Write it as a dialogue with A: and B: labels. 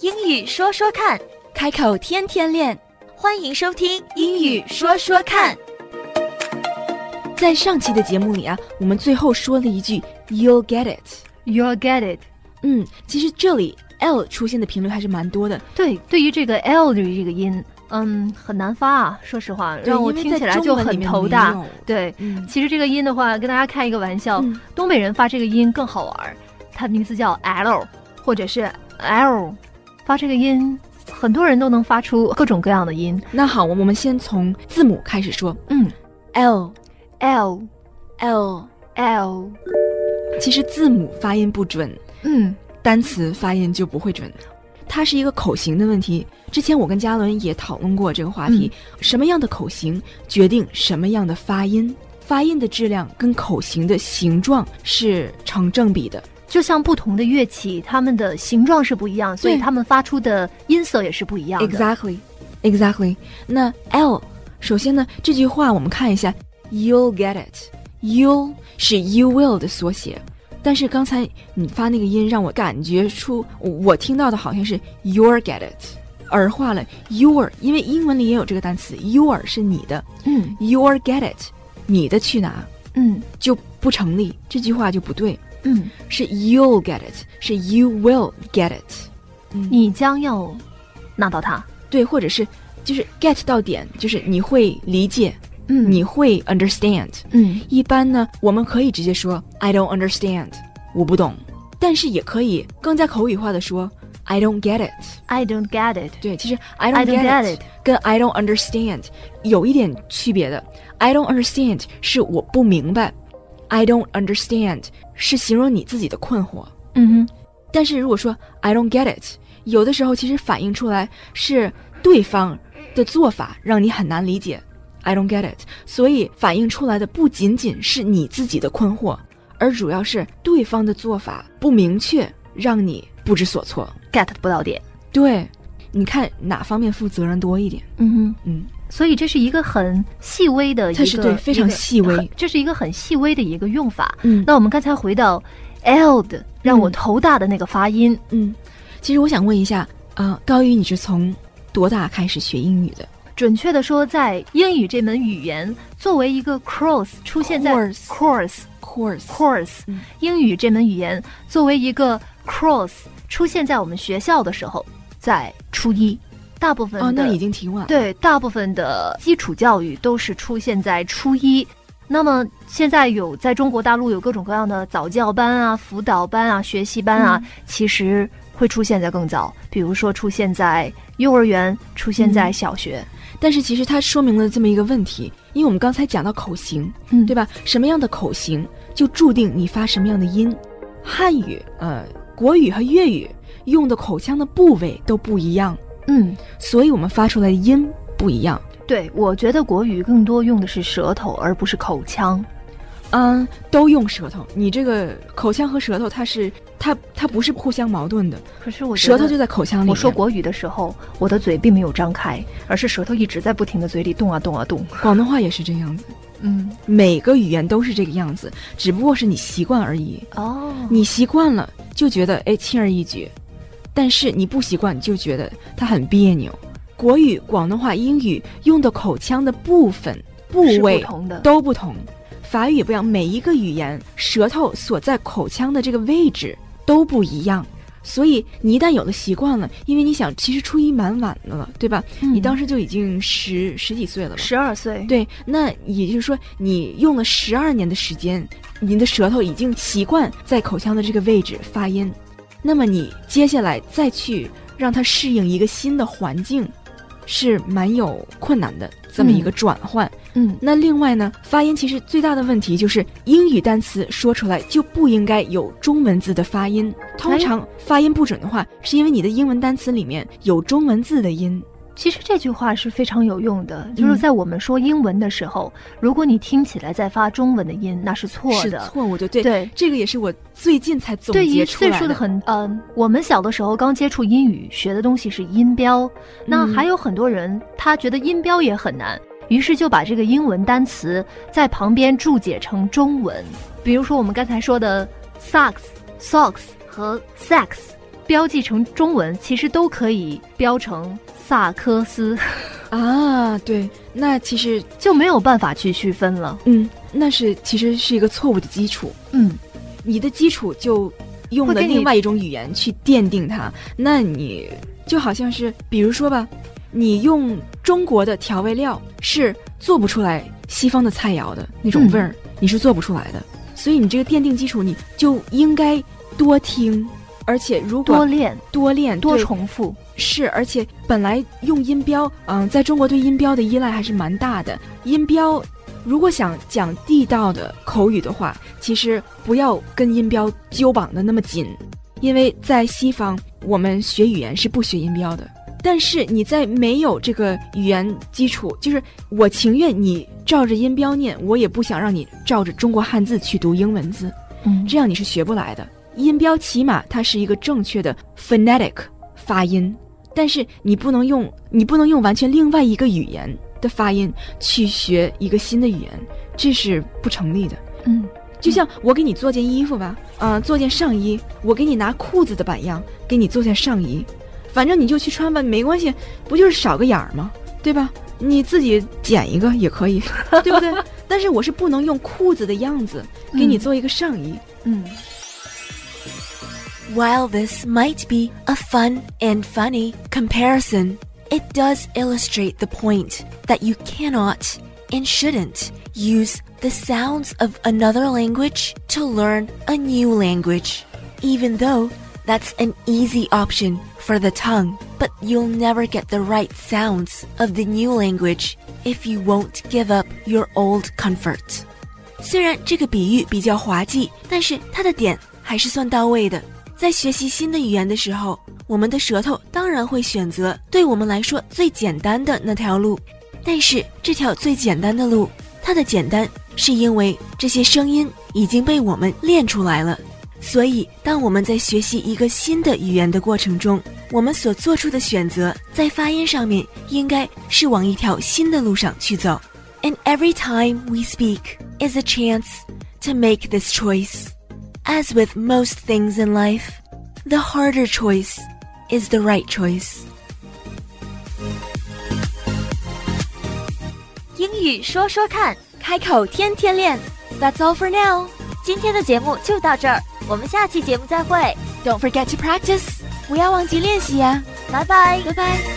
A: 英语说说看，
B: 开口天天练。
A: 欢迎收听《英语说说看》。
B: 在上期的节目里啊，我们最后说了一句 “You'll get it”。
C: You'll get it。
B: 嗯，其实这里 l 出现的频率还是蛮多的。
C: 对，对于这个 l 的这个音，嗯，很难发啊，说实话，
B: 对
C: 让我
B: 因为
C: 听
B: 在
C: 起来
B: 中
C: 就
B: 文里
C: 很
B: 面
C: 头
B: 没
C: 大
B: 有。
C: 对，
B: 嗯，
C: 其实这个音的话，跟大家开一个玩笑，
B: 嗯
C: 东北人发这个音更好玩儿，它的名字叫 L，或者是 L，发这个音，很多人都能发出各种各样的音。
B: 那好，我们先从字母开始说。
C: 嗯
B: l
C: ，L
B: l，
C: L，
B: 其实字母发音不准，
C: 嗯
B: 单词发音就不会准。它是一个口型的问题。之前我跟嘉伦也讨论过这个话题，什么样的口型决定什么样的发音，发音的质量跟口型的形状是成正比的。
C: 就像不同的乐器，它们的形状是不一样，所以
B: 对
C: 它们发出的音色也是不一样的。
B: Exactly, exactly. 那 L，首先呢，这句话我们看一下，You'll get it. You 是 You will 的缩写，但是刚才你发那个音让我感觉出，我我听到的好像是 You'll get it，儿化了 Your，因为英文里也有这个单词，Your 是你的
C: 嗯
B: ，You'll get it，你的去哪
C: 嗯
B: 就不成立，这句话就不对，
C: 嗯，
B: 是 You'll get it，是 You will get it。嗯
C: 你将要拿到它。
B: 对，或者是就是 get 到点，就是你会理解，
C: 嗯，
B: 你会 understand。
C: 嗯
B: 一般呢，我们可以直接说 I don't understand，我不懂，但是也可以更加口语化的说 I don't get it。
C: ，I don't get it。
B: 对，其实 I don't
C: I don't
B: get
C: get
B: it 跟 I don't understand 有一点区别的。I don't understand 是我不明白，I don't understand 是形容你自己的困惑。
C: 嗯哼，
B: 但是如果说 I don't get it，有的时候其实反映出来是对方的做法让你很难理解。I don't get it，所以反映出来的不仅仅是你自己的困惑，而主要是对方的做法不明确，让你不知所措。
C: ，get 不到点。
B: 对，你看哪方面负责任多一点？
C: 嗯哼。
B: 嗯，
C: 所以这是一个很细微的一个，
B: 它是对非常
C: 一个
B: 细微
C: 很这是一个很细微的一个用法。
B: 嗯
C: 那我们刚才回到 L 的让我头大的那个发音，
B: 嗯，其实我想问一下，啊，高宇，你是从多大开始学英语的？
C: 准确的说，在英语这门语言作为一个 cross 出现在
B: Course
C: course
B: course，
C: course
B: 嗯
C: 英语这门语言作为一个 cross 出现在我们学校的时候，在初一，大部分
B: 哦，
C: 的
B: 那已经挺晚了。
C: 对，大部分的基础教育都是出现在初一。那么现在有在中国大陆有各种各样的早教班啊、辅导班啊、学习班啊，其实会出现在更早，比如说出现在幼儿园，出现在小学。
B: 但是其实它说明了这么一个问题，因为我们刚才讲到口型，
C: 嗯
B: 对吧？什么样的口型就注定你发什么样的音。汉语、呃，国语和粤语用的口腔的部位都不一样，
C: 嗯，
B: 所以我们发出来的音不一样。
C: 对，我觉得国语更多用的是舌头，而不是口腔。
B: 嗯，都用舌头，你这个口腔和舌头它是它它不是互相矛盾的，
C: 可是我觉
B: 舌头
C: 得
B: 就在口腔里面。
C: 我说国语的时候，我的嘴并没有张开，而是舌头一直在不停的嘴里动啊动啊动。
B: 广东话也是这样子，
C: 嗯，
B: 每个语言都是这个样子，只不过是你习惯而已。
C: 哦，
B: 你习惯了就觉得哎轻而易举，但是你不习惯你就觉得它很别扭。国语、广东话、英语用的口腔的部分、部
C: 是不
B: 位
C: 同的。
B: 都不同，法语也不一样，每一个语言舌头所在口腔的这个位置都不一样。所以你一旦有了习惯了，因为你想，其实初一蛮晚的了，对吧？你
C: 嗯
B: 当时就已经十十几岁了吧？
C: 十二岁，
B: 对，那也就是说，你用了十二年的时间，您的舌头已经习惯在口腔的这个位置发音。那么你接下来再去让它适应一个新的环境，是蛮有困难的这么一个转换。
C: 嗯
B: 那另外呢，发音其实最大的问题就是英语单词说出来就不应该有中文字的发音。通
C: 哎
B: 常发音不准的话，是因为你的英文单词里面有中文字的音。，
C: 其实这句话是非常有用的，
B: 嗯
C: 就是在我们说英文的时候，如果你听起来在发中文的音，那是错
B: 是
C: 的。
B: 错误的，对
C: 对
B: 这个也是我最近才总
C: 对于
B: 结出
C: 岁
B: 来
C: 数的很，嗯、我们小的时候刚接触英语，学的东西是音标。那
B: 嗯
C: 还有很多人，他觉得音标也很难，于是就把这个英文单词在旁边注解成中文。比如说我们刚才说的 socks、socks 和 sex，标记成中文，其实都可以标成萨科斯，
B: 啊，对，那其实
C: 就没有办法去区分了。
B: 嗯，那是其实是一个错误的基础，
C: 嗯，
B: 你的基础就用
C: 会
B: 了
C: 给你
B: 另外一种语言去奠定它，那你就好像是，比如说吧，你用中国的调味料是做不出来西方的菜肴的那种
C: 嗯
B: 味儿，你是做不出来的，所以你这个奠定基础，你就应该多听，而且如
C: 多
B: 果
C: 练、
B: 多练
C: 多
B: 对
C: 重复，
B: 是，而且本来用音标，嗯，在中国对音标的依赖还是蛮大的。音标，如果想讲地道的口语的话，其实不要跟音标揪绑的那么紧，因为在西方，我们学语言是不学音标的。但是你在没有这个语言基础，就是我情愿你照着音标念，我也不想让你照着中国汉字去读英文字。
C: 嗯，
B: 这样你是学不来的。音标起码它是一个正确的 phonetic 发音，但是你不能用你不能用完全另外一个语言的发音去学一个新的语言，这是不成立的。
C: 嗯，
B: 就像我给你做件衣服吧，嗯、做件上衣，我给你拿裤子的版样给你做件上衣，反正你就去穿吧，没关系，不就是少个眼儿吗？对吧？ 你自己剪一个也可以，对不对？但是我是不能用裤子的样子给你
C: 嗯
B: 做一个上衣，
C: 嗯
A: While this might be a fun and funny comparison, it does illustrate the point that you cannot and shouldn't use the sounds of another language to learn a new language, even though that's an easy option for the tongue. But you'll never get the right sounds of the new language if you won't give up your old comfort. 虽然这个比喻比较滑稽，但是它的点还是算到位的。在学习新的语言的时候，我们的舌头当然会选择对我们来说最简单的那条路，但是这条最简单的路，它的简单是因为这些声音已经被我们练出来了。所以，当我们在学习一个新的语言的过程中，我们所做出的选择在发音上面应该是往一条新的路上去走。And every time we speak is a chance to make this choice. As with most things in life, the harder choice is the right choice. 英语说说看，开口天天练。That's all for now. 今天的节目就到这儿，我们下期节目再会。Don't forget to practice. 啊不要忘记练习呀、拜拜，拜拜。